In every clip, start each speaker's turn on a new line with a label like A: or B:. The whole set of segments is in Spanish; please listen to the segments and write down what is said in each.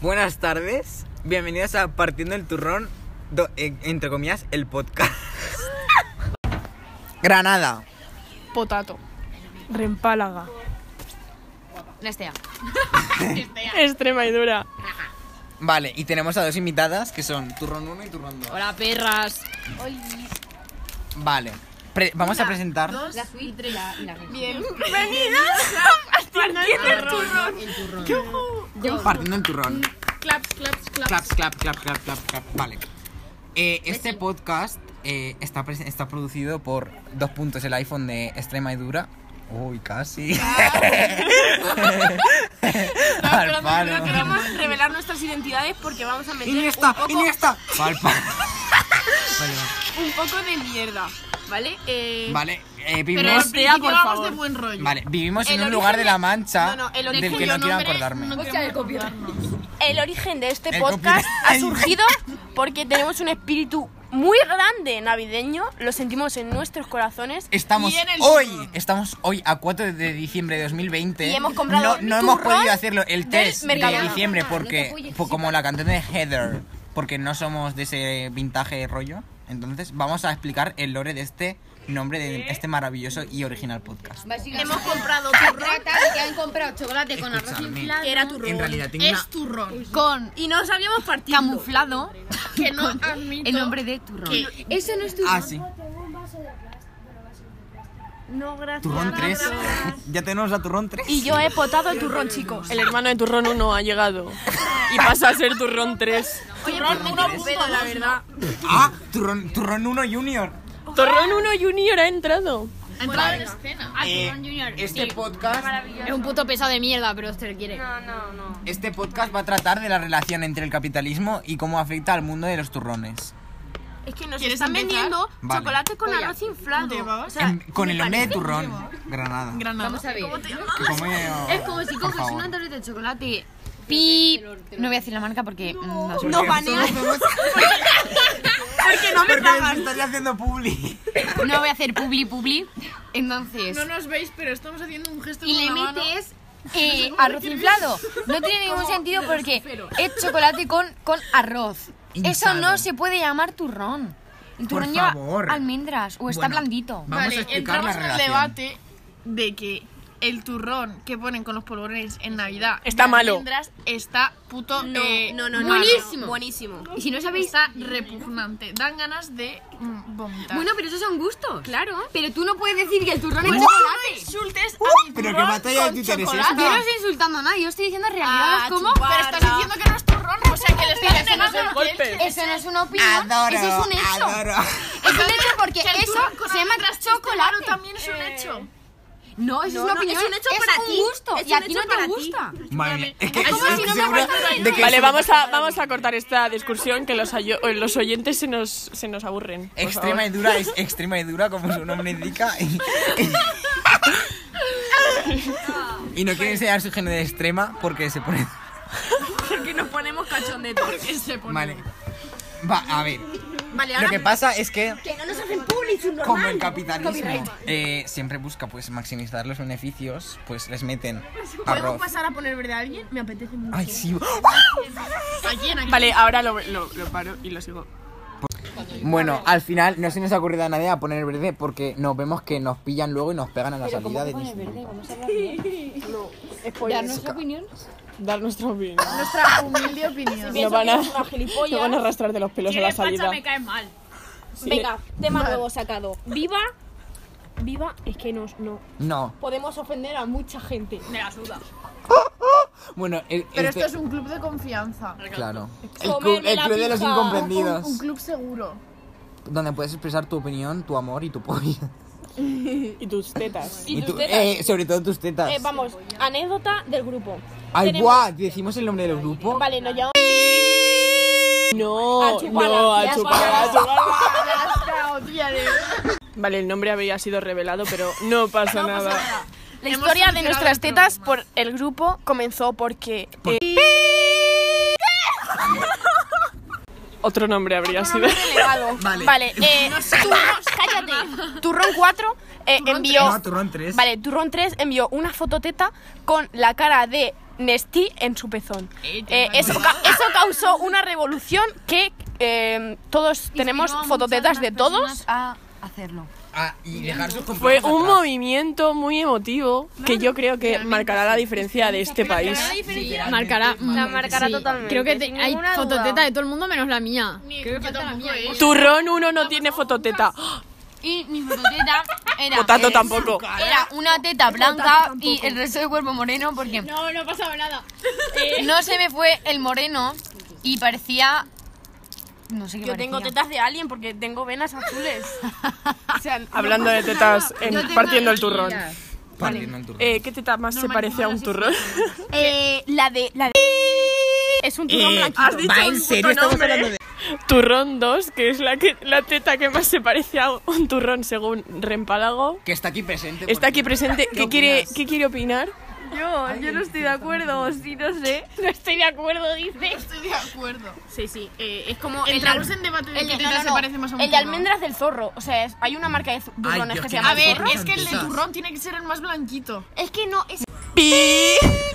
A: Buenas tardes, bienvenidos a Partiendo el Turrón, do- en- entre comillas, el podcast. Granada,
B: Potato. Rempálaga.
C: Nestea.
B: Extremadura.
A: vale, y tenemos a dos invitadas que son Turrón 1 y Turrón 2.
C: Hola, perras.
A: Vale, Pre- vamos a presentar.
C: La suite y la, y la
A: Partiendo el turrón. Mm, Claps, claps, claps. Claps, claps, claps, claps, Vale. Eh, este podcast eh, está, presen- está producido por dos puntos el iPhone de Extremadura. Uy, casi. Al palo.
B: Queremos revelar nuestras identidades porque vamos a meter
A: Iniesta,
B: un, poco,
A: Iniesta. Al palo. Vale,
B: un poco de mierda, ¿vale? Eh,
A: vale. Vale, eh,
B: pero
A: vivimos,
B: en principio
C: por
B: vamos
C: favor.
B: de buen rollo.
A: vale, vivimos en
B: el
A: un
B: origen
A: lugar de la
B: de-
A: mancha
B: No, no, el
A: del
B: origen
A: que
B: y
A: no
B: los
A: quiero
B: nombres
A: acordarme.
B: no queremos acordarnos.
D: El origen de este
A: El
D: podcast ha
A: copyright.
D: surgido porque tenemos un espíritu muy grande navideño, lo sentimos en nuestros corazones.
A: Estamos
B: Y en el
A: hoy,
B: turno.
A: estamos hoy a 4 de diciembre de 2020.
D: Y hemos comprado
A: No, no hemos
D: turrón
A: podido hacerlo el
D: del
A: 3 de
D: Mercadona.
A: diciembre
C: No te
A: porque
C: apoyes,
A: fue como la canción de Heather, porque no somos de ese vintage rollo. Entonces vamos a explicar el lore de este nombre de este maravilloso y original podcast.
C: Hemos
B: comprado
C: ratas que han comprado chocolate con arroz
A: Escúchame.
C: inflado.
B: Era turrón.
A: En realidad tengo una-
B: es turrón. Con
C: Y nos habíamos partido.
B: camuflado. Que no admito.
C: El nombre de turrón.
B: que-
C: Ese no es turrón.
A: Ah, sí.
D: No, gracias.
A: Turrón 3. ya tenemos a Turrón 3.
D: Y yo he potado el turrón, chicos.
E: El hermano de Turrón 1 ha llegado y pasa a ser Turrón 3.
D: pues,
B: turrón uno punto, la verdad.
A: Ah, Turrón, turrón 1 Junior.
E: Turrón 1 Junior ha entrado.
A: Eh, este podcast
C: Es un puto pesado de mierda, pero se le quiere.
A: Este podcast va a tratar de la relación entre el capitalismo y cómo afecta al mundo de los turrones.
D: Es que nos
C: Este
B: ¿Quieres
D: están
B: empezar?
D: vendiendo
A: Vale.
D: chocolate con arroz inflado.
B: llevabas?
D: O sea,
A: En- con el nombre de
D: parece-
A: turrón, Granada.
B: Granada.
C: Vamos a ver.
A: Que come-
C: Es como si
A: por
C: coges
A: favor.
C: una tableta de chocolate. Pi. No voy a decir la marca porque. mm, No,
A: Porque
C: sé.
A: nosotros somos- Porque no me estaría haciendo publi.
C: No voy a hacer publi publi. Entonces.
B: No nos veis, pero estamos haciendo un gesto
C: y
B: con
C: le
B: la mano.
C: metes eh, arroz inflado. No tiene ningún sentido porque es chocolate con, con arroz. Eso
A: Inflado.
C: no se puede llamar turrón. El
A: Por
C: turrón lleva
A: favor.
C: almendras o está
A: Bueno,
C: blandito.
A: Vamos a
B: vale,
A: explicar la
B: entramos en el
A: relación.
B: debate de que el turrón que ponen con los polvorones en Navidad
E: Está
B: de
E: malo.
B: almendras está puto eh,
C: no,
B: malo.
C: Buenísimo.
D: Buenísimo.
C: Y si no sabéis...
B: Está repugnante. Dan ganas de mm, vomitar.
C: Bueno, pero esos son gustos. Claro. Pero tú no puedes decir que el turrón
B: Pues
C: es
B: no
C: chocolate.
B: insultes a mi
A: Uh, pero qué
B: turrón
A: batalla de ¿eh?
B: con
A: Twitter es
B: chocolate.
A: esta.
C: Yo no estoy insultando a nadie, yo estoy diciendo realidades
B: Ah,
C: como...
B: chuparla. Pero estás diciendo que no es turrón, o sea que le
C: Pero eso
B: estás
C: no,
B: negando
C: es
B: lo
C: un-
B: que él quiere.
C: eso no es una opinión,
A: Adoro,
C: eso es un hecho.
A: adoro.
C: Es un hecho porque
B: Que el
C: eso
B: turrón con
C: se llama
B: almendras
C: chocolate.
B: Claro, también es un hecho.
C: No, eso es una
D: no,
C: opinión.
D: es un hecho para ti.
C: gusto.
D: Es
C: y a
D: un
C: ti
D: hecho
C: no te
D: para ti.
C: gusta.
A: Madre mía, es que
C: Es como si no me
A: seguro
C: guardaran
A: de que-
E: Vale, vamos a, vamos a cortar esta discusión que los, ayo- eh, los oyentes se nos, se nos aburren. por
A: Extrema
E: favor.
A: y dura es extrema y dura, como su nombre indica. Y, y no quiere enseñar su género de extrema porque se pone.
D: Porque nos ponemos cachondetos.
A: Vale. Va, a ver.
D: Vale,
A: Lo que pasa es que.
D: que no nos hacen public,
A: Como el capitalismo eh, siempre busca pues maximizar los beneficios, pues les meten arroz.
B: pasar a poner verde a alguien? Me apetece mucho.
A: Ay, sí.
B: ¿A quién? ¿A quién?
E: Vale, ahora lo, lo- lo paro y lo sigo.
A: Bueno, al final no se nos ha ocurrido a nadie a poner verde porque nos vemos que nos pillan luego y nos pegan a la salida de
E: Dar nuestra opinión.
B: Nuestra humilde opinión.
E: Nos van a, nos van a arrastrar de los pelos a la salida.
B: me cae mal.
D: Venga, tema nuevo sacado. Viva. Viva, es que nos, no.
A: No.
D: Podemos ofender a mucha gente.
B: Me la suda.
A: Bueno, el,
B: Pero
A: este-
B: esto es un club de confianza.
A: Claro. El
D: Comerme
A: club, el
D: la
A: club de los
D: pizza.
A: incomprendidos.
B: Un club seguro.
A: Donde puedes expresar tu opinión, tu amor y tu polla.
E: Y tus tetas.
D: Y,
A: tu-
D: tus tetas.
A: eh, sobre todo tus tetas.
D: Eh, vamos, anécdota del grupo.
A: Ay,
D: tenemos-
A: guau, decimos el nombre del grupo.
D: Vale, nos llamamos.
E: No,
D: A chuparla,
E: no, a
D: ya
E: chupar, a
D: está.
E: chupar.
B: Arrastrao, tía de-
E: Vale, el nombre había sido revelado, pero no pasa nada.
D: La
B: Hemos
D: historia de
B: solucionado
D: nuestras
B: el
D: tetas por
B: problema.
D: el grupo comenzó porque. eh,
E: Otro nombre habría sido.
D: elevado.
A: Vale.
D: eh, Turrón- cállate. Turrón 4 eh, envió.
A: No, turrón tres.
D: Vale, Turrón 3 envió una fototeta con la cara de Nestí en su pezón.
B: Eh,
D: Eh, eso, ca- eso causó una revolución que eh, todos tenemos
B: a muchas
D: fototetas de
B: más personas
D: todos.
C: A hacerlo.
A: Ah, y dejar sus
E: Fue
A: complejos
E: un
A: atrás.
E: movimiento muy emotivo que yo creo que marcará la diferencia de este país.
F: Marcará.
D: La marcará totalmente.
F: Creo que te-
D: sin
F: hay
D: ninguna duda.
F: fototeta de todo el mundo menos la mía.
B: Ni- yo tampoco, ¿eh?
E: Turrón uno no tiene fototeta.
C: Y mi fototeta era.
E: Potato
C: eh,
E: tampoco.
C: Era una teta blanca y el resto del cuerpo moreno porque
F: No, no ha pasado nada.
C: no se me fue el moreno y parecía. No sé qué
D: Yo tengo
C: parecía.
D: tetas de alien porque tengo venas azules.
E: Hablando de tetas, en- partiendo el turrón.
A: Partiendo el turno.
E: Eh, ¿Qué teta más se parece a un turrón?
D: Eh, la de. La de... Es un
A: Eh,
D: turrón blanquito.
E: Has dicho
A: Va,
E: un
A: en
E: puto
A: serio, estamos
E: nombre.
A: hablando de.
E: Turrón 2, que es la, que, la teta que más se parece a un turrón según Rempalago.
A: Que está aquí presente.
E: Está
A: porque-
E: aquí presente. ¿Qué quiere,
A: opinas?
E: ¿Qué quiere opinar?
D: Yo, yo no estoy de acuerdo, sí, no sé. No estoy de acuerdo, dice.
B: Estoy de acuerdo.
D: Sí, sí, eh, es como. el
B: Entramos
D: de-
B: en debate de
D: el
B: qué
D: de,
B: teta
D: no, no,
B: se
D: no,
B: parece más a un
D: el de
B: turrón.
D: almendras del zorro. O sea, es- hay una marca de zu- turrones
A: Dios,
D: que
A: qué
D: se llama
B: A
A: Las
B: ver,
A: zorras
B: es que el de
A: son tetas.
B: turrón tiene que ser el más blanquito.
D: Es que no, es.
E: ¡Pi!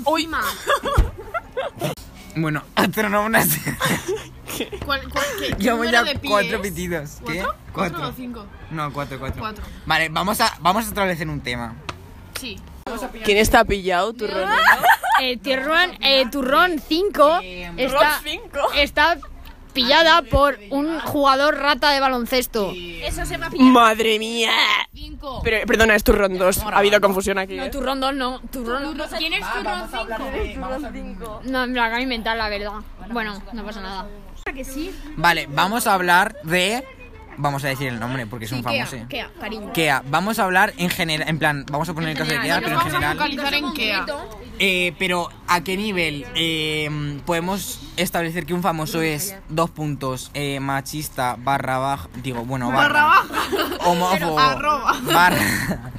D: Uy, ma.
A: Bueno, astronautas.
B: ¿Cuál, cuál, qué, qué
A: Llevamos ya
B: número de pi
A: cuatro
B: es?
A: pitidos. ¿Qué?
B: ¿Cuatro? ¿Cuatro o cinco?
A: No, cuatro, cuatro.
B: Cuatro.
A: Vale, vamos a, vamos a establecer un tema.
B: Sí.
E: ¿Quién está pillado, turrón?
F: Eh, turrón, eh, turrón 5 está,
E: cinco.
F: está pillada por un jugador rata de baloncesto.
D: Eso se me ha pillado.
E: ¡Madre mía!
C: Cinco.
E: Pero, perdona, es turrón 2. Ha habido confusión aquí.
F: No,
E: ¿eh?
F: turrón 2 no. Turrón
C: ¿Quién es turrón
F: No, me la acabo de inventar, la verdad. Bueno, no pasa nada.
A: Vale, vamos a hablar de. Vamos a decir el nombre porque es un famoso.
F: Kea, cariño.
A: Kea, vamos a hablar en general, en plan, vamos a poner el caso de Kea,
B: Nos
A: pero en
B: vamos a
A: general.
B: focalizar en Kea.
A: Eh, pero a qué nivel eh, podemos establecer que un famoso es dos puntos eh, machista barra baja, digo bueno barra,
B: Barra baja.
A: homófobo
B: arroba.
A: barra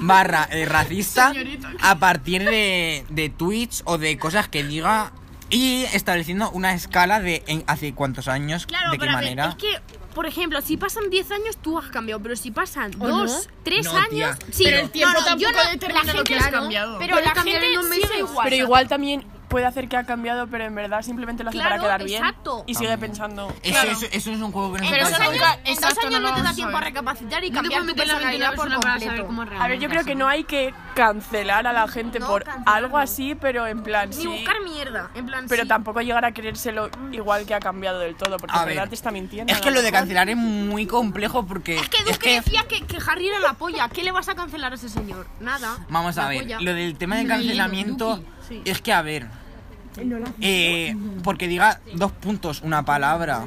A: barra eh, racista
B: Señorita.
A: a partir de, de tweets o de cosas que diga y estableciendo una escala de en- hace cuántos años
D: Claro,
A: de qué
D: pero a ver,
A: manera
D: es que, por ejemplo, si pasan 10 años, tú has cambiado, pero si pasan 2, 3
A: No, tía.
D: años, sí,
B: Pero el tiempo
D: no, no,
B: tampoco
D: yo no-
B: determina
D: la
B: lo
D: gente-
B: que has cambiado.
D: Pero
F: Puede
D: la
F: cambiar
D: gente
F: en un mes
D: sigue
F: o en
D: igual.
E: Pero igual también puede hacer que ha cambiado, pero en verdad simplemente lo hace
D: Claro,
E: para quedar bien.
D: exacto.
E: Y sigue pensando.
A: Eso,
B: Claro.
A: eso- eso es un juego que no se
D: En
A: puede
D: dos
A: saber.
D: años, en dos
B: Exacto,
D: años
B: no
D: no,
B: lo
D: te da
B: vamos a
D: tiempo a
B: saber.
D: recapacitar
B: No
D: y
B: te puedes
D: cambiar tu
B: meter la mente de
D: personalidad
B: una
D: por
B: persona para saber
D: completo.
B: cómo es
E: A ver, yo creo que no hay que cancelar a la gente
D: No,
E: por
D: cancelarlo.
E: algo así, pero en plan
D: Ni
E: sí.
D: buscar mierda, en plan
E: Pero
D: sí.
E: tampoco llegar a creérselo igual que ha cambiado del todo, porque
A: A
E: en verdad
A: ver.
E: te está mintiendo.
A: Es
E: a
A: que lo de
E: mejor.
A: cancelar es muy complejo porque.
D: Es que Duque decía que, que Harry era la polla. ¿Qué le vas a cancelar a ese señor? Nada.
A: Vamos a
D: La
A: ver,
D: polla.
A: lo del tema del cancelamiento es que, a ver, eh, porque diga dos puntos una palabra,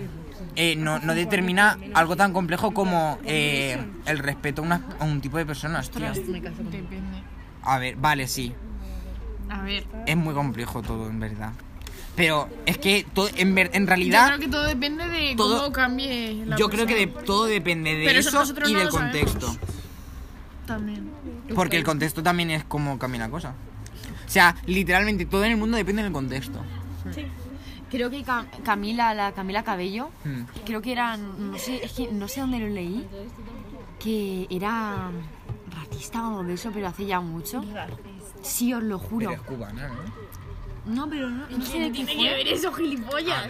A: eh, no, no determina algo tan complejo como eh, el respeto a, una- a un tipo de personas, tío.
B: Depende.
A: A ver, vale, sí,
B: A ver.
A: es muy complejo todo, en verdad. Pero es que todo, en, ver- en
B: Yo
A: realidad,
B: creo que todo depende de
A: Todo-
B: cómo cambie la
A: yo creo que de-
B: persona.
A: todo depende de
B: Pero eso
A: eso
B: nosotros
A: y
B: no
A: del
B: lo sabemos.
A: contexto.
B: También.
A: Porque el contexto también es como cambia la cosa. O sea, literalmente todo en el mundo depende del contexto.
C: Creo que Cam- Camila, la Camila Cabello,
A: Hmm.
C: creo que era, no sé, es que no sé dónde lo leí, que era racista o algo de eso, pero hace ya mucho. Sí, os lo juro.
A: cubana,
C: No, pero no, no sé de qué fue.
D: Eso, gilipollas.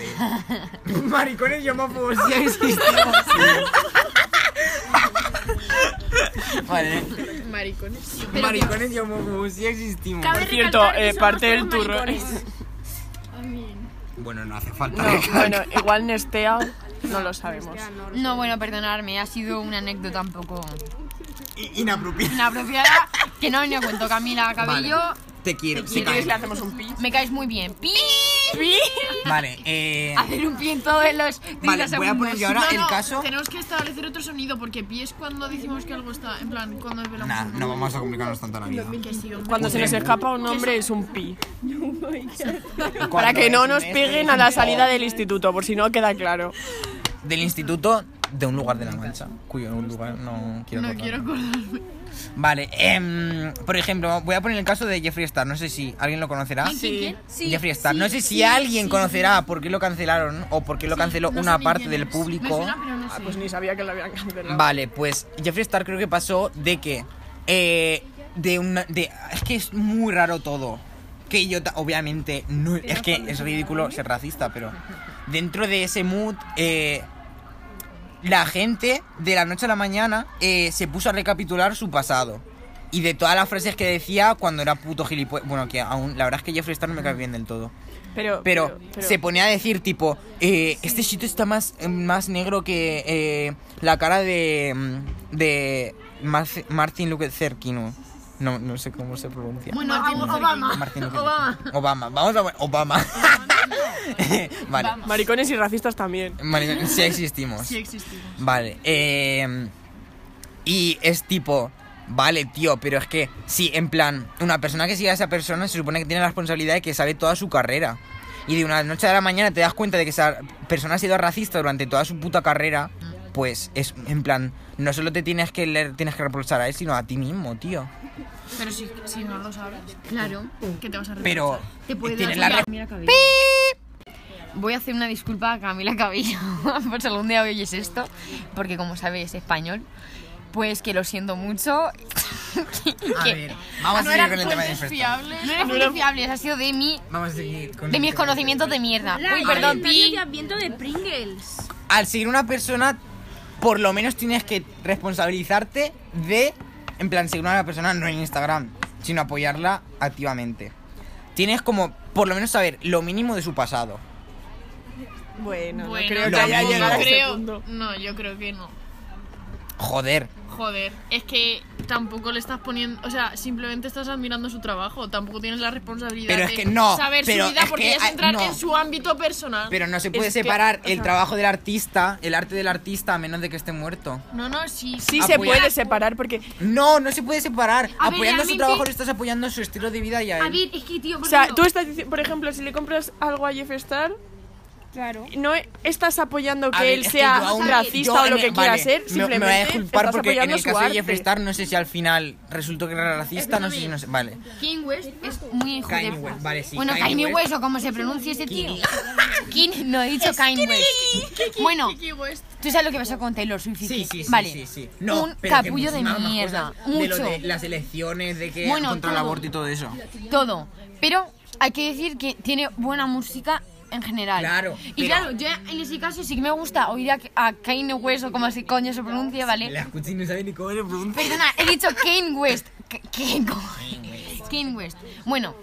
A: ¿no? Maricones y homófobos sí ha existido. vale.
B: Maricones.
A: Maricones y homófobos sí existimos.
D: Cabe
E: Por cierto,
D: recalcar que
E: eh,
D: somos
E: parte del
D: todos
E: turrón.
D: maricones.
A: Bueno, no hace falta.
E: No, bueno, igual Nestea no lo sabemos.
C: No, bueno, perdonadme, ha sido una anécdota un poco
A: I- Inapropiado.
C: inapropiada que no venía a cuento. Camila
A: Vale.
C: Cabello,
A: Te quiero.
E: Si
A: te
E: quieres le
A: quiero.
E: hacemos un pi.
C: me caes muy bien. ¡Pi!
A: Vale, eh.
C: Hacer un pie en todos los 30
A: Vale, voy a
C: segundos.
A: poner yo ahora el caso.
B: Tenemos que establecer otro sonido porque pi es cuando decimos que algo está. En plan, cuando desvelamos.
A: Nah,
B: un-
A: no vamos a complicarnos tanto la vida.
B: Que sí, hombre.
E: Cuando se nos escapa un nombre es un pi. Para
A: Cuando
E: que no
A: es
E: nos
A: un este,
E: peguen a
A: es
E: la
A: un
E: salida del instituto, por si no queda claro.
A: Del instituto de un lugar de la mancha. Cuyo lugar no quiero
B: No
A: contar.
B: quiero acordarme.
A: Vale, em, por ejemplo, voy a poner el caso de Jeffree Star. No sé si alguien lo conocerá.
E: Sí.
A: Jeffree Star. no sé si alguien conocerá por qué lo cancelaron o por qué lo canceló
B: No
A: una
B: sé ni
A: parte
B: quién
A: del
B: es.
A: público.
B: Me suena, pero no
E: Ah,
B: sé.
E: pues ni sabía que lo habían cancelado.
A: Vale, pues Jeffree Star creo que pasó de que. eh, de una. De, es que es muy raro todo. Que yo, ta- obviamente, no, es que es ridículo ser racista, pero dentro de ese mood, eh, la gente de la noche a la mañana eh, se puso a recapitular su pasado. Y de todas las frases que decía cuando era puto gilipollas. Bueno, que aún, la verdad es que Jeffree Star no me cae bien del todo.
E: Pero,
A: Pero, se ponía a decir tipo, eh, este sitio está más, más negro que eh, la cara de, mm, de Marce- Martin Luther King. ¿no? No, no sé cómo se pronuncia.
B: Bueno, Obama.
A: Martin Luther King. Obama. Vamos a... Obama. vale.
E: Maricones y racistas también.
A: Mari- Sí existimos.
B: Sí existimos.
A: Vale. eh, y es tipo, vale, tío, pero es que, sí, en plan, una persona que sigue a esa persona se supone que tiene la responsabilidad de que sabe toda su carrera. Y de una noche a la mañana te das cuenta de que esa persona ha sido racista durante toda su puta carrera. Pues es, en plan, no solo te tienes que leer, tienes que reprochar a él, sino a ti mismo, tío.
B: Pero si, si no lo sabes,
C: Claro.
B: ¿qué te vas a reír?
A: Pero
C: Te puede
A: tienes
C: dar
A: la re-
C: Camila Cabello. Voy a hacer una disculpa a Camila Cabello por si algún día oyes esto, porque como sabes es español. Pues que lo siento mucho.
A: A ver, vamos a seguir con el tema de manifesto.
C: No eres muy fiables, ha sido de mí.
A: Vamos a seguir con
C: De
A: el
C: mis
A: tema de
C: conocimientos de mierda. Uy,
A: Ay,
C: perdón,
A: Dios.
C: Pi.
G: viento de Pringles.
A: al seguir una persona, por lo menos tienes que responsabilizarte de, en plan, seguir a una persona no en Instagram, sino apoyarla activamente. Tienes como, por lo menos, saber lo mínimo de su pasado.
E: Bueno,
B: Bueno,
E: no creo
A: lo
E: que haya
A: mismo.
E: llegado a ese
B: creo,
E: punto.
B: no, yo creo que no.
A: Joder.
B: Joder, es que tampoco le estás poniendo, o sea, simplemente estás admirando su trabajo, tampoco tienes la responsabilidad
A: Pero es
B: de
A: que no,
B: saber
A: pero
B: su vida
A: es
B: porque
A: que
B: es
A: hay-
B: entrar
A: no.
B: en su ámbito personal.
A: Pero no se puede
B: Es que-
A: separar
B: o sea,
A: el trabajo del artista, el arte del artista, a menos de que esté muerto.
B: No, no, sí,
E: Sí
A: Apoyar.
E: se puede separar porque,
A: No, no se puede separar.
G: A ver,
A: apoyando su
G: realmente-
A: trabajo, le estás apoyando su estilo de vida y a
G: A
A: él.
G: ver, es que tío,
E: o
G: por
E: sea, tú
G: ejemplo,
E: estás dici- por ejemplo, si le compras algo a Jeff Star,
F: Claro.
E: no estás apoyando
A: A
E: que
A: ver,
E: él
A: es que
E: sea
A: yo aún- yo
E: racista o
A: en
E: lo
A: el-
E: que quiera
A: vale,
E: ser,
A: me-
E: simplemente
A: Me voy a disculpar
E: estás
A: porque en
E: apoyando
A: el
E: su
A: caso de
E: arte.
A: Jeffree Star no sé si al final resultó que era racista, no sé si no sé. Vale.
C: Kanye West es muy hijo
A: Kanye
C: de-
A: West, vale, sí,
C: Bueno,
A: Kanye
C: Kanye
A: West.
C: West. o como se pronuncia ese tío. Kanye- no he dicho Kanye West. Bueno, tú sabes lo que pasó con Taylor Swift.
A: Sí,
C: y Kanye.
A: sí, sí,
C: vale.
A: sí, sí. pero
C: un
A: que
C: capullo de
A: muchísimas más
C: mierda.
A: cosas De lo
C: Mucho.
A: de las elecciones, de que
C: Bueno,
A: contra el
C: todo.
A: aborto y todo eso.
C: Todo. Pero hay que decir que tiene buena música en general.
A: Claro, pero-
C: Y claro, yo en ese caso sí que me gusta oír a, a Kanye West o como se coño se pronuncia,
E: Eh,
C: ¿vale?
A: La escuché y no sabe ni cómo le pregunté.
C: Perdona, he dicho Kane West. K- Kanye West. Kanye West. Bueno,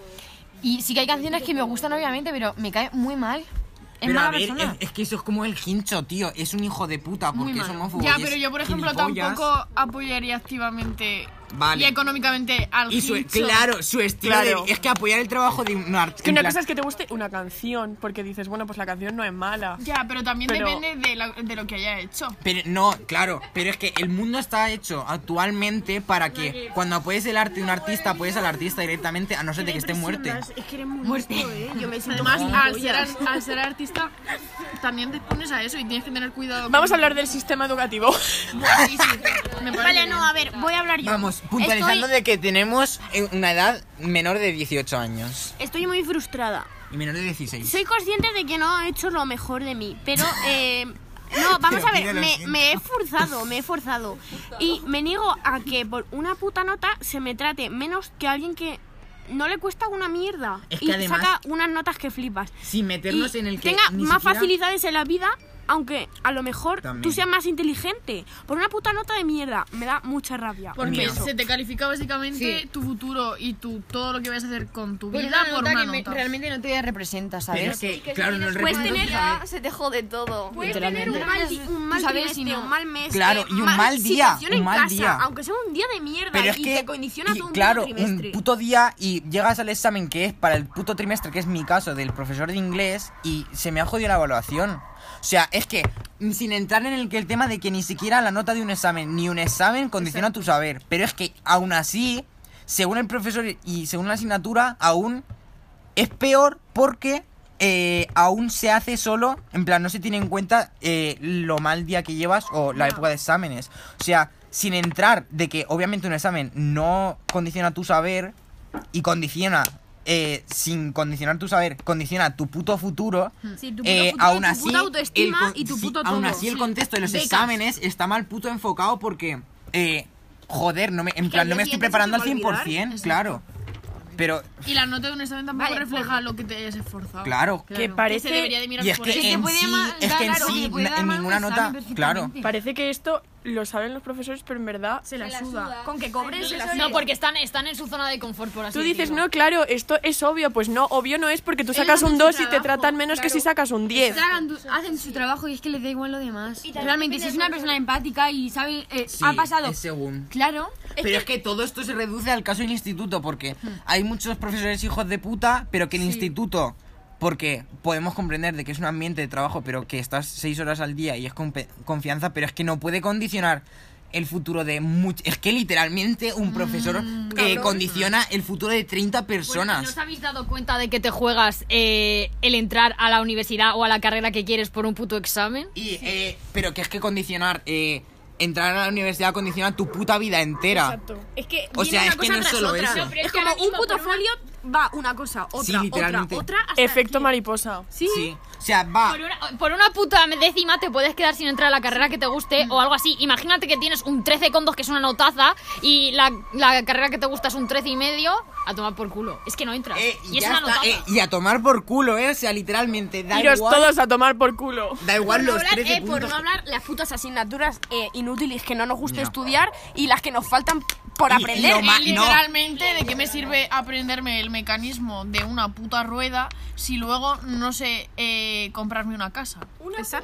C: y sí que hay canciones que me gustan, obviamente, pero me cae muy mal. Es
A: Pero
C: mala
A: a ver, es,
C: persona.
A: es que eso es como el hincho, tío. Es un hijo de puta porque es
C: malo.
A: homófobo.
B: Ya,
A: y es
B: pero yo por ejemplo
A: gilipollas.
B: tampoco apoyaría activamente
A: Vale.
B: y económicamente al
A: Y su,
B: hincho.
A: claro, su estilo de-
E: Claro.
A: Es que apoyar el trabajo de un artista.
E: Es que una cosa es que te guste una canción, porque dices, bueno, pues la canción no es mala.
B: Ya, pero también
E: Pero-
B: depende de, la- de lo que haya hecho.
A: Pero no, claro, pero es que el mundo está hecho actualmente para que cuando apoyes el arte de un artista, apoyes al artista directamente a no ser de que esté muerto.
B: Además, al ser, ar- al ser artista, también te expones a eso y tienes que tener cuidado. con-
E: Vamos a hablar del sistema educativo.
B: Buah, sí, sí, me parece
G: vale,
B: bien.
G: no, a ver, voy a hablar yo.
A: Vamos, puntualizando
G: Estoy,
A: de que tenemos eh, una edad menor de 18 años.
G: estoy muy frustrada.
A: Y menor de 16.
G: Soy consciente de que no he hecho lo mejor de mí, pero eh, no, vamos
A: Pero
G: a
A: mira,
G: ver,
A: lo
G: me,
A: siento.
G: me he esforzado, me he esforzado y me niego a que por una puta nota se me trate menos que alguien que no le cuesta una mierda
A: Es que
G: y
A: además-
G: saca unas notas que flipas.
A: Sin meternos
G: y
A: en el que
G: tenga
A: ni
G: más
A: siquiera-
G: facilidades en la vida, aunque a lo mejor tú
A: También.
G: seas más inteligente. Por una puta nota de mierda, me da mucha rabia.
B: Porque
A: Mira.
B: se te califica básicamente
C: Sí.
B: tu futuro y tu, todo lo que vas a hacer con tu
C: Pero
B: vida
C: una
B: por
C: nota
B: una
C: que me-
B: nota.
C: realmente no te representa,
A: Pero
C: ¿sabes?
A: es que, claro, no el
H: Puedes
A: recuerdo
H: tener,
A: sabe-
H: se te jode todo.
G: Puedes tener un mal, di- un mal
C: Tú sabes si
G: trimestre,
C: no.
G: un mal mes.
A: Claro,
G: eh,
A: y un
G: ma-
A: mal día,
G: situación en
A: un mal
G: casa,
A: día.
G: Aunque sea un día de mierda
A: Pero es
G: y
A: que,
G: te condiciona
A: y
G: todo un
A: claro,
G: puto
A: un
G: trimestre.
A: puto día y llegas al examen que es para el puto trimestre, que es mi caso, del profesor de inglés, y se me ha jodido la evaluación. O sea, es que, mm, sin entrar en el, que el tema de que ni siquiera la nota de un examen, ni un examen, condiciona tu saber. Pero es que, aún así, según el profesor y según la asignatura, aún es peor porque... eh, aún se hace solo, en plan, no se tiene en cuenta eh, lo mal día que llevas o la época de exámenes. O sea, sin entrar de que obviamente un examen no condiciona tu saber y condiciona, eh, sin condicionar tu saber, condiciona tu puto futuro.
G: Sí, tu puto
A: eh,
G: futuro,
A: aún
G: tu
A: así,
G: puta autoestima
A: el con-
G: y tu
A: sí,
G: puto
A: aún
G: todo.
A: así el contexto de los
G: Becas.
A: exámenes está mal puto enfocado porque, eh, joder, no me, en plan, no me estoy preparando al 100%, claro. Pero,
B: Y la nota de honestamente tampoco
C: Vale,
B: refleja lo que te hayas esforzado.
A: claro.
B: Claro,
E: Que parece-
B: se debería de mirar
A: Y es
B: por
A: que
B: eso.
A: en
C: puede
A: sí,
C: ma-
A: es que en
C: claro,
A: sí,
C: te puede
A: na-
C: dar
A: en
C: mal un
A: ninguna nota,
C: examen
A: claro.
C: perfectamente.
E: Parece que esto lo saben los profesores, pero en verdad.
B: se la suda.
C: Con que cobres el
F: No, porque están, están en su zona de confort, por así
E: Tú dices,
F: decirlo.
E: no, claro, esto es obvio. Pues no, obvio no es porque tú
B: Ellos
E: sacas
B: hacen
E: un
B: su
E: 2 y te
B: trabajo,
E: tratan menos que
B: claro.
E: si sacas un 10.
F: Hagan tu- hacen su trabajo y es que les da igual lo demás. Realmente, si es una persona empática y sabe, eh,
A: Sí,
F: ha pasado.
A: es según.
F: Claro.
A: Pero es que todo esto se reduce al caso del instituto, porque hay muchos profesores hijos de puta, pero que el instituto, porque podemos comprender de que es un ambiente de trabajo, pero que estás seis horas al día y es compe- confianza, pero es que no puede condicionar el futuro de much- Es que literalmente un profesor eh, condiciona el futuro de 30
C: pues,
F: Bueno, ¿No
A: personas.
F: os habéis dado cuenta de que te juegas eh, el entrar a la universidad o a la carrera que quieres por un puto examen?
A: Y, eh, pero que es que condicionar, eh, entrar a la universidad condiciona tu puta vida entera.
G: Es que
A: O
G: viene
A: sea,
G: una
A: es que
G: cosa
A: no es
G: tras
A: solo
G: otra.
A: eso. No,
F: pero es
G: es
F: que
G: como
F: ahora
G: un
F: mismo
G: puto
F: por una-
G: folio va una cosa, otra, otra,
A: literalmente.
G: otra, hasta
E: Efecto
G: aquí.
E: mariposa.
G: Sí.
A: Sí. O sea, va.
F: Por una, por una puta décima te puedes quedar sin entrar a la carrera que te guste o algo así. Imagínate que tienes un 13 con dos que es una notaza y la, la carrera que te gusta es un 13 y medio. A tomar por culo. Es que no entras.
A: Eh,
F: y es
A: ya
F: una
A: está,
F: notaza.
A: eh, y a tomar por culo, ¿eh? O sea, literalmente, da
E: Iros
A: igual.
E: todos a tomar por culo.
A: Da igual
D: Por no,
A: los
D: hablar,
A: 13
D: eh, por
A: puntos.
D: no hablar las putas asignaturas eh, inútiles que no nos gusta
A: No.
D: estudiar y las que nos faltan por
A: Y- y
D: aprender.
A: lo ma- no.
B: Es Eh, Literalmente, ¿de qué me sirve aprenderme el mecanismo de una puta rueda si luego no sé eh, comprarme una casa?
A: Pero es que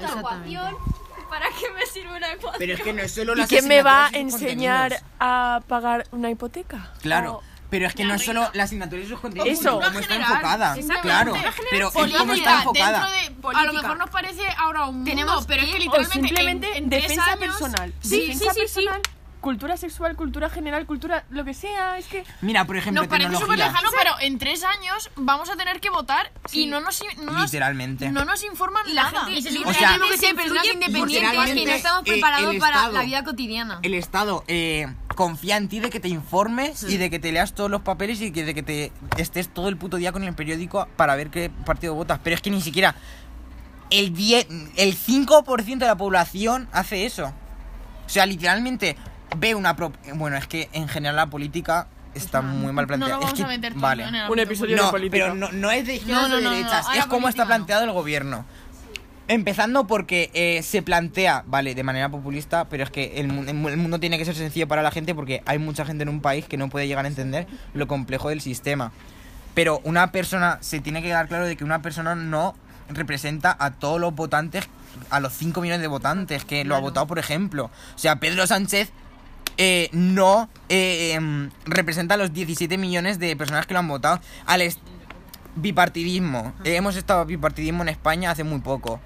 A: no es solo
E: ¿Y
A: las
E: quién me va a
A: asignaturas y sus
E: enseñar
A: contenidos.
E: a pagar una hipoteca?
A: Claro.
E: O-
A: Pero es que no es solo las asignaturas y sus contenidos,
E: Eso.
A: sino cómo está enfocada.
B: Exactamente.
A: Claro,
B: Cultura
A: pero es
B: Política,
A: cómo está enfocada.
B: dentro de- a lo mejor nos parece ahora un mundo,
F: Tenemos
B: pero es que
F: que-
E: O
B: literalmente en-
E: simplemente
B: en tres
E: defensa
B: años-
E: personal.
B: Sí,
E: defensa
B: sí, sí, sí.
E: personal. Cultura sexual, cultura general, cultura lo que sea. Es que.
A: Mira, por ejemplo,
B: Nos parece súper
A: tecnología.
B: lejano, pero en tres años vamos a tener que votar y no nos, no nos-
A: Literalmente.
B: no nos informan nada.
F: Y se
A: O
F: supone
A: sea,
F: que somos
A: que
F: personas independientes que
A: literalmente,
F: no estamos
A: eh,
F: preparados
A: el
F: para
A: Estado.
F: la vida cotidiana.
A: El Estado eh, confía en ti de que te informes y de que te leas todos los papeles y que, de que te estés todo el puto día con el periódico para ver qué partido votas. Pero es que ni siquiera el, 10, el 5% de la población hace eso. O sea, literalmente ve una... pro- bueno, es que en general la política está muy mal
B: No
A: planteada.
B: lo
A: Es
B: vamos
A: que-
B: a meter todo
A: vale.
B: en el
E: Un
B: ámbito
E: episodio-
A: No,
E: de política.
A: pero no, no es de izquierdas
B: No, no,
A: o de
B: no, no,
A: derechas,
B: ahora
A: es cómo está
B: política no.
A: planteado el gobierno. Empezando porque eh, se plantea, vale, de manera populista, pero es que el, mu- el mu- el mundo tiene que ser sencillo para la gente porque hay mucha gente en un país que no puede llegar a entender lo complejo del sistema. Pero una persona, se tiene que dar claro de que una persona no representa a todos los votantes, a los 5 millones de votantes que lo ha votado, por ejemplo. O sea, Pedro Sánchez eh, no eh, em, representa a los 17 millones de personas que lo han votado. Al est- bipartidismo. Eh, hemos estado bipartidismo en España hace muy poco.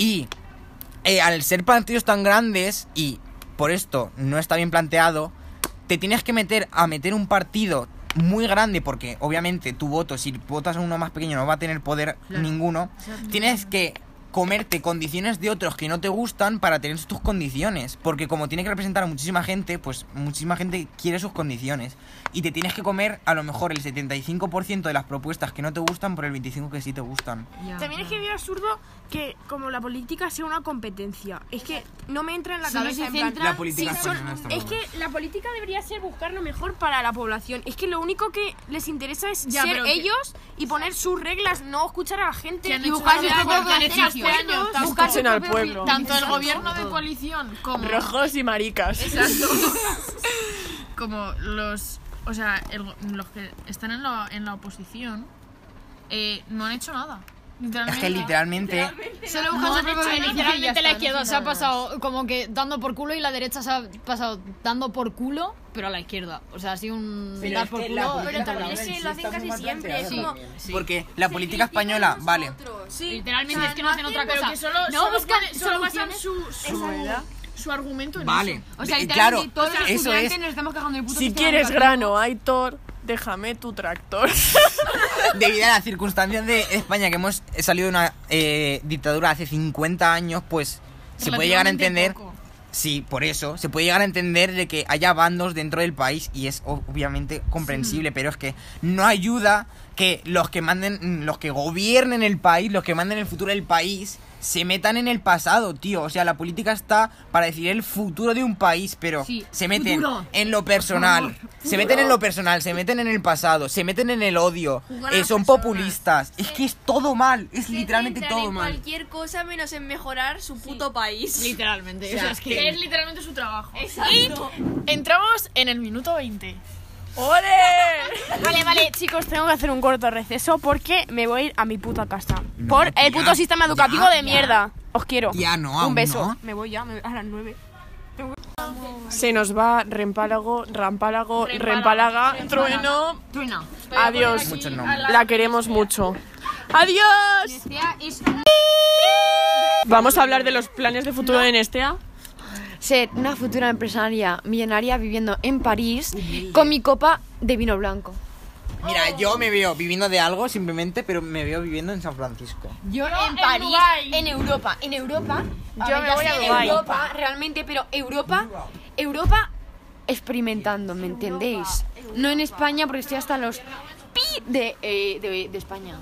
A: Y eh, al ser partidos tan grandes y por esto no está bien planteado, te tienes que meter a meter un partido muy grande porque obviamente tu voto, si votas a uno más pequeño no va a tener poder ninguno. Tienes que comerte condiciones de otros que no te gustan para tener tus condiciones, porque como tiene que representar a muchísima gente, pues muchísima gente quiere sus condiciones y te tienes que comer a lo mejor el 75% de las propuestas que no te gustan por el 25 que sí te gustan.
G: También es que veo absurdo que como la política sea una competencia. Es que no me entra en la
F: Solo
G: cabeza.
F: se
G: en plan,
F: centra- La
A: política
G: sí, son-
A: española este está
G: es
A: muy
G: que la política debería ser buscar lo mejor para la población. Es que lo único que les interesa es
B: Ya,
G: ser
B: pero que-
G: ellos y poner sus reglas, no escuchar a la gente
B: Que han
G: y
B: hecho
G: buscar
B: algo
G: sus
B: que
G: propios
B: han hecho
G: beneficios.
B: este año,
G: Pues,
B: tanto-
E: Buscarse al pueblo.
B: Tanto el gobierno de coalición como,
E: Rojos y maricas.
B: como los, o sea, el go- los que están en la, en la oposición eh, no han hecho nada.
A: Es
B: Literalmente.
A: que literalmente
B: Solo
F: No
B: buscan
F: han
B: su
F: hecho nada,
B: propio beneficio y ya
F: literalmente la
B: está, no
F: izquierda
B: hacen
F: se ha
B: nada más.
F: pasado como que dando por culo y la derecha se ha pasado dando por culo, pero a la izquierda. O sea, ha sido un dar por culo.
A: Porque la política española, vale.
F: Literalmente es que no hacen otra cosa.
B: Pero que solo,
F: no
B: solo
F: buscan
B: puede- solo basan
F: soluciones.
B: su, su, su argumento en
A: Vale.
B: eso.
F: O sea,
A: Eh,
F: literalmente
A: claro,
F: todos los
A: eso
F: estudiantes
A: es
F: nos estamos quejando del puto
E: Si
F: sistema
E: quieres
F: educativo.
E: grano, Aitor, déjame tu tractor.
A: debido a las circunstancias de España que hemos salido de una eh, dictadura hace 50 años, pues se puede llegar a
B: Relativamente
A: entender
B: poco.
A: Sí, por eso. Se puede llegar a entender de que haya bandos dentro del país y es o- obviamente comprensible, pero es que no ayuda que los que manden, mm, los que gobiernen el país, los que manden el futuro del país, se metan en el pasado, tío. O sea, la política está para decidir el futuro de un país, pero
F: Sí,
A: se meten
F: futuro.
A: en lo personal. se meten en lo personal, se meten en el pasado, se meten en el odio. eh, son populistas. Es que es todo mal, es literalmente
H: centran
A: todo
H: en
A: mal.
H: cualquier cosa menos en mejorar su puto país.
B: Literalmente. o sea, es que-
F: Que es literalmente su trabajo.
H: Exacto.
B: Entramos en el minuto 20.
D: Vale, vale, chicos, tengo que hacer un corto receso porque me voy a ir a mi puta casa. por el puto
A: ya,
D: sistema educativo
A: ya,
D: de
A: ya.
D: mierda. Os quiero.
A: Ya no,
D: Un
A: aún
D: beso.
A: no.
D: Me voy ya me- a las nueve.
E: Se nos va Rempálago, Rampálago, Rempálaga, Trueno.
F: Truena.
E: Adiós.
A: Muchos nombres.
E: La queremos mucho. ¡Adiós! Vamos a hablar de los planes de futuro de Nestea.
C: Ser una futura empresaria millonaria viviendo en París con mi copa de vino blanco.
A: Mira,
B: Oh.
A: yo me veo viviendo de algo simplemente, pero me veo viviendo en San Francisco.
C: Yo en París, en Europa, en Europa. Yo me voy a Europa, realmente, pero Europa, Europa experimentando, ¿me entendéis? No en España, porque estoy hasta los pi de, eh, de, de España.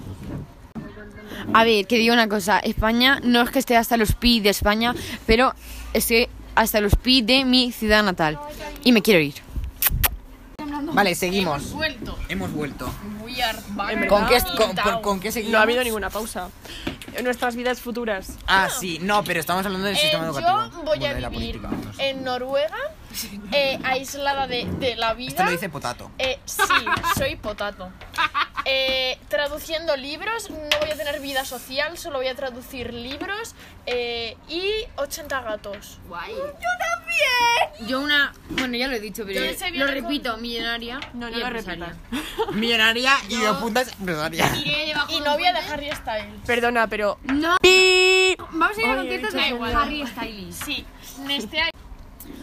C: A ver, que digo una cosa, España no es que esté hasta los pi de España, pero estoy hasta los pi de mi ciudad natal y me quiero ir.
A: Vale, seguimos.
B: Vuelto.
A: Hemos vuelto.
B: We are back.
A: ¿Con qué, con, por- con qué seguimos?
E: No ha habido ninguna pausa. En nuestras vidas futuras.
A: Ah, sí, no, pero estamos hablando del
B: Eh,
A: sistema educativo.
B: yo voy
A: Bueno,
B: a
A: de la
B: vivir
A: política, vamos.
B: en Noruega, eh, aislada de, de la vida.
A: Esto lo dice Potato.
B: Eh, sí, soy potato. Eh, traduciendo libros, no voy a tener vida social, solo voy a traducir libros eh, y 80 gatos.
F: Guay. Yo también. Yo una. Bueno, ya lo he dicho, pero
B: Yo ese
F: lo
B: viene con-
F: repito, millonaria.
E: No, no
F: y
E: lo
F: empresaria.
A: Millonaria y de puntas empresaria.
F: Iré debajo
B: Y
F: de
B: no
F: un
B: voy a
F: puente.
B: dejar hairstyle.
E: Perdona, pero
F: Vamos a ir a conciertos
E: he dicho
F: de Harry Styles.
B: Sí, Nestea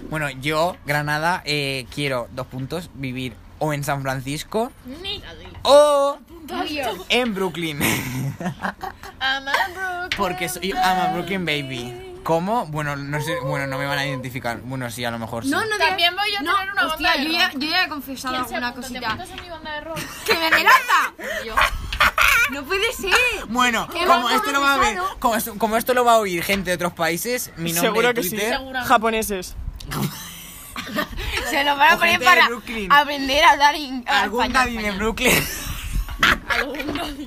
A: Bueno, yo, Granada, eh, quiero dos puntos: vivir o en San Francisco o en Brooklyn. Porque soy I'm a Brooklyn baby. ¿Cómo? Bueno, no sé, bueno, no me van a identificar. Bueno, sí, a lo mejor sí.
F: no
B: También voy a
F: No,
B: tener una
F: hostia,
B: banda de
F: yo ya,
B: rock.
F: yo ya he confesado
B: ¿Quién se
F: alguna
B: apunta? ¿Te
F: cosita.
B: apuntas a mi banda de rock?
F: ¡Que me relata! ¡No puede ser!
A: Bueno, como esto lo va a ver, como esto, como esto lo va a oír gente de otros países, mi nombre
E: seguro
A: de
E: que sí.
A: Twitter,
E: Japoneses.
C: Se lo van
A: O
C: a poner
A: gente de
C: para
A: Brooklyn.
C: aprender a hablar in-
E: Ah,
C: a
A: algún
C: español,
A: daddy de
C: español.
A: Brooklyn.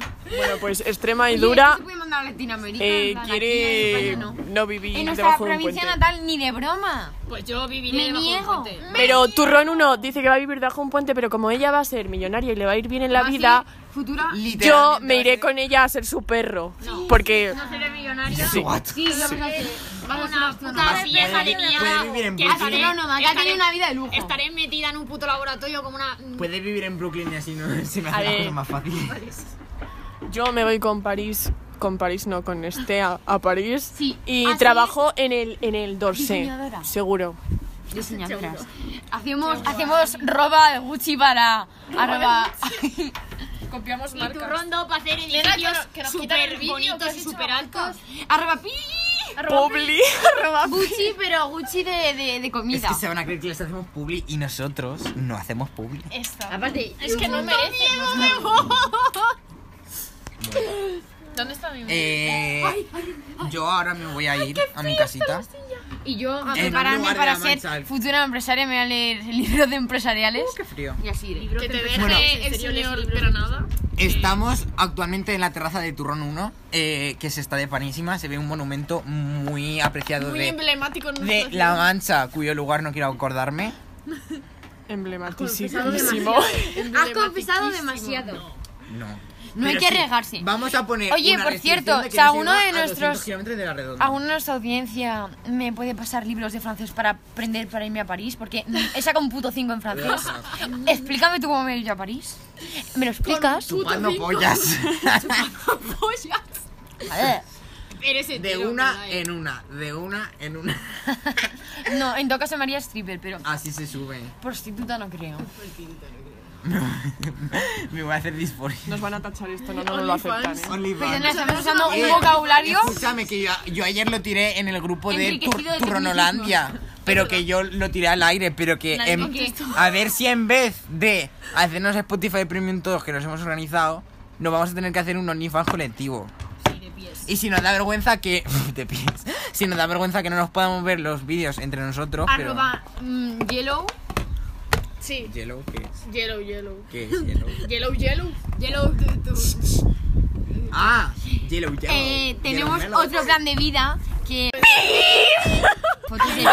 E: Bueno, pues extrema y dura.
F: Se puede mandar a Latinoamérica.
E: eh,
F: en plan, aquí en
E: quiere
F: España no.
E: no vivir
C: En nuestra
E: debajo de un
C: provincia
E: puente.
C: natal ni de broma.
F: Pues yo viviré
C: Me
F: debajo de un
C: niego.
F: puente.
E: Pero Turrón 1 dice que va a vivir bajo un puente, pero como ella va a ser millonaria y le va a ir bien en la
C: ¿Ah,
E: vida,
F: Futura.
E: yo me
C: ¿eh?
E: iré con ella a ser su perro. Porque
F: No seré millonaria.
A: Sí. What?
F: Sí, lo vas a hacer. Vamos a una
A: Puede
F: puta vieja de
A: vivir- puede
F: mierda.
A: vivir en
F: que
A: Brooklyn.
F: estaré-
C: Astrónoma, que ha tenido una vida de lujo.
F: Estaré metida en un puto laboratorio como una.
A: Puedes vivir en Brooklyn y así no se me
E: A
A: hace la
E: ver.
A: cosa más fácil.
E: yo me voy con París, con París no, con este a, a París.
F: Sí,
E: Y
F: así
E: trabajo en el, en el Dorsey,
C: ¿Ah, Diseñadora.
E: seguro.
C: Diseñadoras. Hacemos, hacemos roba de Gucci para arroba.
B: Copiamos
F: Y tu
B: marcas.
F: rondo para hacer
B: Elena, que
F: edificios
B: nos- que nos quitan el
F: súper
B: vídeo, que
F: bonitos
B: has
F: y
B: hecho
F: súper
B: la
F: altos. Arroba pi.
E: Publi.
C: Gucci, pero Gucci de, de, de
A: Es
C: comida.
A: que se van a creer que les hacemos publi y nosotros no hacemos publi.
B: Esta.
F: Aparte,
B: Es que no merece. ¿Dónde está mi
A: Eh, yo ahora me voy a ir a mi casita.
C: Y yo a
A: En un
C: prepararme
A: lugar de
C: para
A: la
C: ser
A: mancha.
C: futura empresaria me voy a leer libros de empresariales.
A: Qué frío.
C: Y así iré.
B: Que te deje
A: Bueno.
B: el señor, pero nada.
A: Estamos actualmente en la terraza de Turrón 1, eh, que se está de panísima. Se ve un monumento muy apreciado
B: Muy
A: de,
B: emblemático. en
A: de
B: nuestra
A: La Mancha, cuyo lugar no quiero acordarme.
E: Emblematiquísimo.
C: Has confesado demasiado.
A: No.
C: No hay
A: Pero
C: que arriesgarse.
A: Vamos a poner.
C: Oye,
A: una
C: por
A: restricción
C: cierto,
A: de que
C: si
A: no se
C: alguno
A: va
C: de
A: a 200
C: nuestros-
A: kilómetros de la redonda.
C: ¿Alguno de nuestra audiencia me puede pasar libros de francés para aprender para irme a París? Porque he sacado un puto 5 en francés. Explícame tú cómo me he ido a París. ¿Me lo explicas?
A: Chupando pollas.
F: eres
A: De una
B: eh.
A: en una, de una en una.
C: No, en todo caso me haría stripper, pero
A: Así se sube.
C: prostituta no creo.
A: Me voy a hacer disforia.
E: Nos van a tachar esto, no, no, no lo aceptan. ¿eh?
C: Pero no,
A: OnlyFans.
C: estamos usando
A: Eh,
C: un vocabulario.
A: Escúchame, que yo, yo ayer lo tiré en el grupo de
F: Enriquecido
A: Tur-
F: de tecnicismos.
A: Turronolandia. Pero que yo lo tiré al aire, pero que
F: Nadie
A: en-
F: contestó.
A: a ver si en vez de hacernos Spotify Premium todos que nos hemos organizado, nos vamos a tener que hacer un OnlyFans colectivo. Y si nos da vergüenza que. te pillas. Si nos da vergüenza que no nos podamos ver los vídeos entre nosotros. pero-
C: Arroba mm, yellow.
B: Sí.
A: ¿Yellow qué es?
B: Yellow, yellow.
A: ¿Qué es yellow?
B: Yellow, yellow.
C: Yellow. tu- tu-
A: ah, yellow, yellow.
C: Eh,
A: Yellow
C: tenemos
A: mellow.
C: otro plan de vida que. Fotos de pie.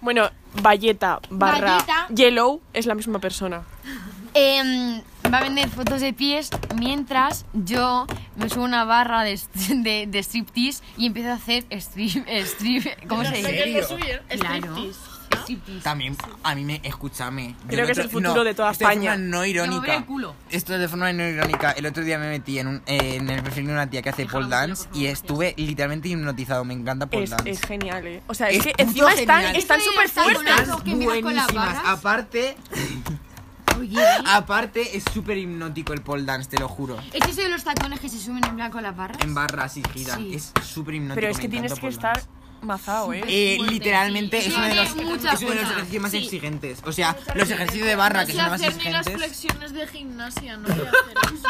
E: Bueno, Valleta barra
C: Valleta.
E: Yellow es la misma persona.
C: Em, va a vender fotos de pies mientras yo me subo a una barra de, stri- de, de striptease y empiezo a hacer strip. strip ¿Cómo se
A: ¿En
C: dice?
A: serio?
C: Claro.
A: También, a mí me, escúchame. yo
E: Creo
A: el
E: que es el
A: otro-
E: futuro de toda
A: esto de
E: España.
A: forma no
C: moveré
A: irónica.
C: el culo.
A: Esto de forma no irónica. El otro día me metí en, un, eh, en el perfil de una tía que hace pole dance y estuve literalmente hipnotizado. Me encanta pole
E: Es,
A: dance.
E: es genial, eh. O sea, es,
A: Es
E: que
A: puto
E: encima están
A: genial.
E: están
C: Eso
E: súper
C: es tan
E: fuertes.
C: buenas. que empiezas con las
A: buenísimas.
C: barras.
A: Aparte,
C: Oye, ¿eh?
A: Ah. aparte es súper hipnótico el pole dance, te lo juro.
C: ¿es eso de los tacones que se suben en blanco a las barras?
A: En barras y giran.
C: Sí.
A: Es súper hipnótico.
E: Pero es
A: me
E: que tienes
A: encanta
E: que
A: pole
E: estar
A: dance.
E: mazao, eh.
A: Eh, literalmente es uno de los,
C: Tiene mucha
A: es uno de los
C: fuerza.
A: ejercicios más exigentes. O sea, los ejercicios de barra que
B: Si
A: son los más
B: hacer ni las
A: exigentes.
B: flexiones de gimnasia, no voy a hacer eso.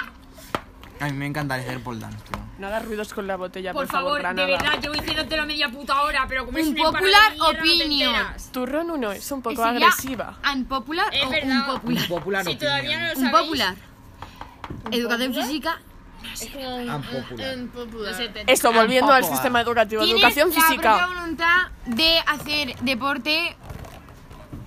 A: A mí me encanta hacer pole dance, tío.
E: No hagas ruidos con la botella, por,
F: Por favor,
E: Granada.
F: de verdad, llevo diciéndotelo media puta hora, pero como es
C: Un
F: una empanada
C: popular
F: de mierda, no te
C: opinion.
F: enteras.
E: Turrón uno es un poco
C: Sería
E: agresiva.
C: ¿Unpopular
F: Es
C: o
F: verdad.
C: un popular?
A: popular
F: Si todavía no lo
C: Un
F: sabéis,
C: popular. Educación física.
B: eh, En popular.
E: Eso, volviendo al
A: Tampoco,
E: sistema educativo,
C: Tienes
E: educación
C: la propia
E: física.
C: voluntad de hacer deporte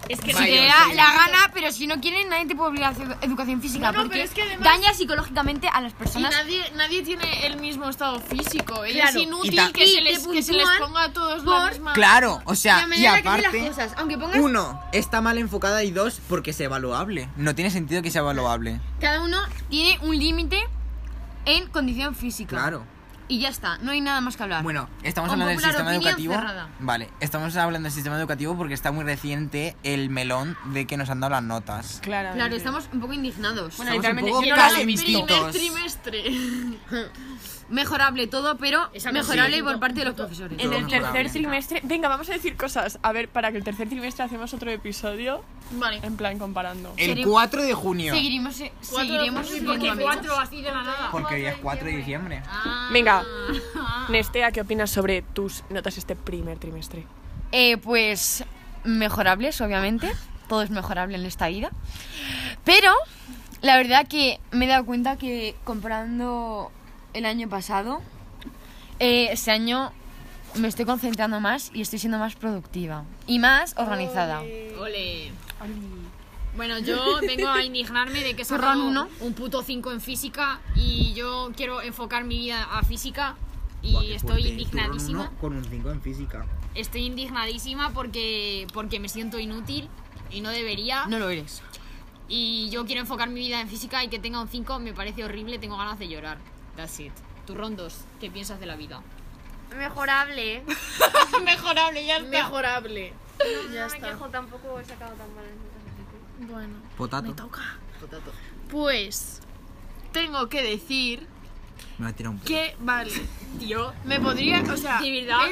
F: es que
C: si te
A: Vaya,
C: da
A: sí.
C: la gana, pero si no quieren nadie te puede obligar a hacer educación física
B: No, no,
C: porque
B: pero es que además-
C: daña psicológicamente a las
B: Y
C: personas.
B: nadie, nadie tiene el mismo estado físico. Y
C: Claro.
B: Es
A: Y
B: inútil
A: ta-
B: que,
C: y
B: se les,
C: te
B: que se les
C: puntúan
B: ponga a todos
C: por-
B: la misma.
A: Claro, o sea,
C: La
A: y
C: manera que hacen
A: aparte,
C: las cosas, aunque pongas
A: uno, está mal enfocada y dos, porque es evaluable. No tiene sentido que sea evaluable.
C: cada uno tiene un límite en condición física.
A: Claro.
C: Y ya está, no hay nada más que hablar.
A: Bueno, estamos
C: Con
A: hablando del
C: popular
A: sistema
C: opinión
A: educativo.
C: cerrada.
A: Vale, estamos hablando del sistema educativo porque está muy reciente el melón de que nos han dado las notas.
E: Claro.
C: claro, estamos un poco indignados.
A: Estamos
E: Bueno,
A: un
E: literalmente,
A: poco
E: yo no
A: casi
E: las-
B: Primer
A: vistitos.
B: trimestre.
C: Mejorable todo, pero
F: Esa no
C: mejorable
F: sí.
C: por parte de los profesores.
E: En el tercer
A: Mejorable.
E: trimestre. Este, Venga, vamos a decir cosas. A ver, para que el tercer trimestre hacemos otro episodio
B: Vale.
E: en plan comparando.
A: El
C: Seguiremos-
A: 4 de junio.
C: Seguiremos, eh, seguiremos
B: Sí,
C: siendo
F: porque
C: amigos.
F: cuatro así de la nada.
A: Porque hoy es 4 de diciembre.
E: Venga, Nestea, ¿qué opinas sobre tus notas este primer trimestre?
C: Eh, pues mejorables, obviamente. Todo es mejorable en esta vida. Pero la verdad que me he dado cuenta que comparando el año pasado, eh, este año me estoy concentrando más y estoy siendo más productiva y más organizada.
F: Ole. Bueno, yo vengo a indignarme de que he sacado
C: Turrón uno.
F: un puto 5 en física y yo quiero enfocar mi vida a física y
A: Buah, qué
F: estoy
A: fuerte.
F: indignadísima.
A: Turno uno Con un 5 en física.
F: Estoy indignadísima porque, porque me siento inútil y no debería.
C: No lo eres.
F: Y yo quiero enfocar mi vida en física y que tenga un 5 me parece horrible, tengo ganas de llorar. That's it. Turrón 2, ¿qué piensas de la vida?
H: Mejorable.
B: Mejorable, ya está. Mejorable.
H: no me quejo, tampoco he sacado tan malas notas.
B: Bueno.
A: Potato.
B: Pues tengo que decir
A: Me va a tirar un
B: que vale. Tío, me podría, o sea,
F: De verdad,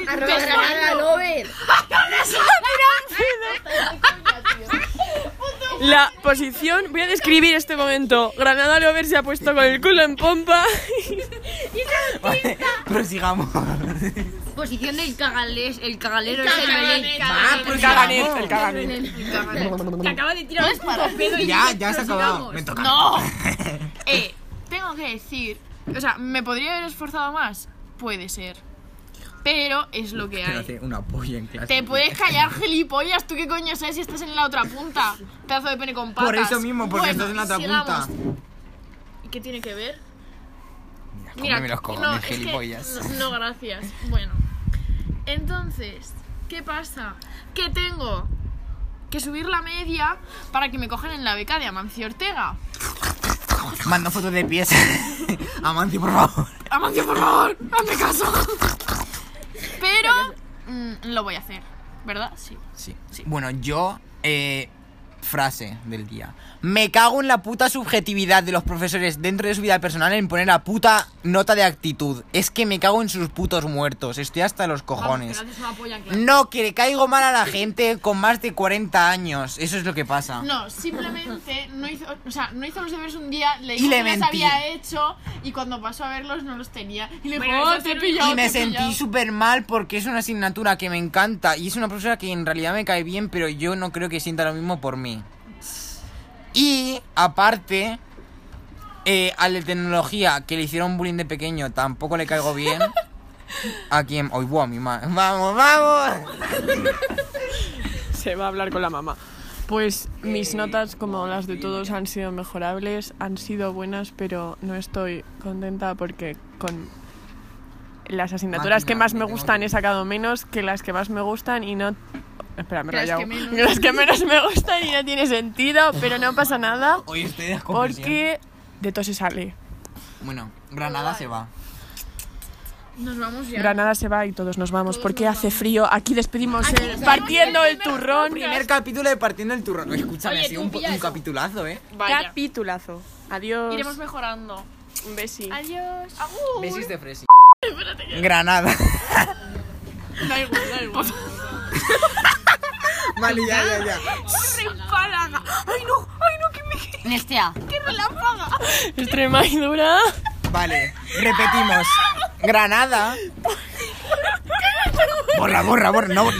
E: La posición, voy a describir este momento. Granada Lover se ha puesto con el culo en pompa.
A: Vale, prosigamos.
C: Posición del cagalés, el cagalero es el belén.
A: Ah,
E: El
A: prosigamos.
E: caganet, el caganet.
F: pues te acaba de tirar un puto pedo y
A: Ya, ya se ha acabado. Me toca.
B: No. Eh, tengo que decir, o sea, me podría haber esforzado más, puede ser. Pero es lo que
A: Pero
B: hay.
A: hace una polla en clase.
B: Te puedes callar, gilipollas. ¿Tú qué coño sabes si estás en la otra punta? Pedazo de pene con patas.
A: Por eso mismo, porque
B: Bueno,
A: estás en la otra
B: sigamos.
A: punta.
B: ¿Y ¿Qué tiene que ver?
A: Mira, cómeme los cojones,
B: no, es que-
A: gilipollas.
B: no, no, gracias. Bueno. Entonces, ¿qué pasa? Que tengo que subir la media para que me cojan en la beca de Amancio Ortega.
A: Manda fotos de pies. Amancio, por favor.
B: Amancio, por favor, hazme caso. Pero mm, lo voy a hacer, ¿verdad? Sí.
A: Sí. Bueno, yo eh, frase del día. Me cago en la puta subjetividad de los profesores dentro de su vida personal en poner la puta nota de actitud. Es que me cago en sus putos muertos. Estoy hasta los cojones.
F: Vamos, que le haces una polla en clase.
A: No, que le caigo mal a la gente con más de 40 años. Eso es lo que pasa.
B: No, simplemente no hizo, o sea, no hizo los deberes un día, le
A: Y
B: dijo
A: le
B: que los
A: mentí.
B: había hecho y cuando pasó a verlos no los tenía. Y le dijo,
G: Bueno,
B: "Oh,
G: eso
B: te he
G: sí,
B: pillado,
A: y
B: te
A: me
B: he pillado".
A: sentí súper mal porque es una asignatura que me encanta y es una profesora que en realidad me cae bien, pero yo no creo que sienta lo mismo por mí. Y aparte, eh, al de tecnología que le hicieron bullying de pequeño tampoco le caigo bien. ¿A quien Hoy, a mi madre. ¡Vamos, vamos!
E: Se va a hablar con la mamá. Pues mis notas, como las de todos, han sido mejorables, han sido buenas, pero no estoy contenta porque con las asignaturas
A: Máquina,
E: que más me
A: tengo
E: gustan
A: que-
E: he sacado menos que las que más me gustan y no... Espera, me he
B: Las que
E: rayado.
B: menos.
E: Las que menos me gustan y no tiene sentido, pero no pasa nada
A: Hoy estoy de descompresión.
E: porque de todo se sale.
A: Bueno, Granada se va.
B: Nos vamos ya.
E: Granada se va y todos nos vamos porque hace frío. Aquí despedimos el- partiendo el turrón.
A: Primer capítulo de Partiendo el Turrón. Escúchame,
B: Oye,
A: ha sido
B: tú
A: un, po-
B: pilla
A: un
B: eso.
A: capitulazo, ¿eh?
B: Vaya.
E: Capitulazo. Adiós.
B: Iremos mejorando.
E: Un besi.
B: Adiós.
A: Besis de Fresi. Granada.
E: Da igual, da igual.
A: vale, ya, ya, ya.
F: Nestea.
E: Extremadura.
A: Vale, repetimos. Granada. Borra, borra, borra. No,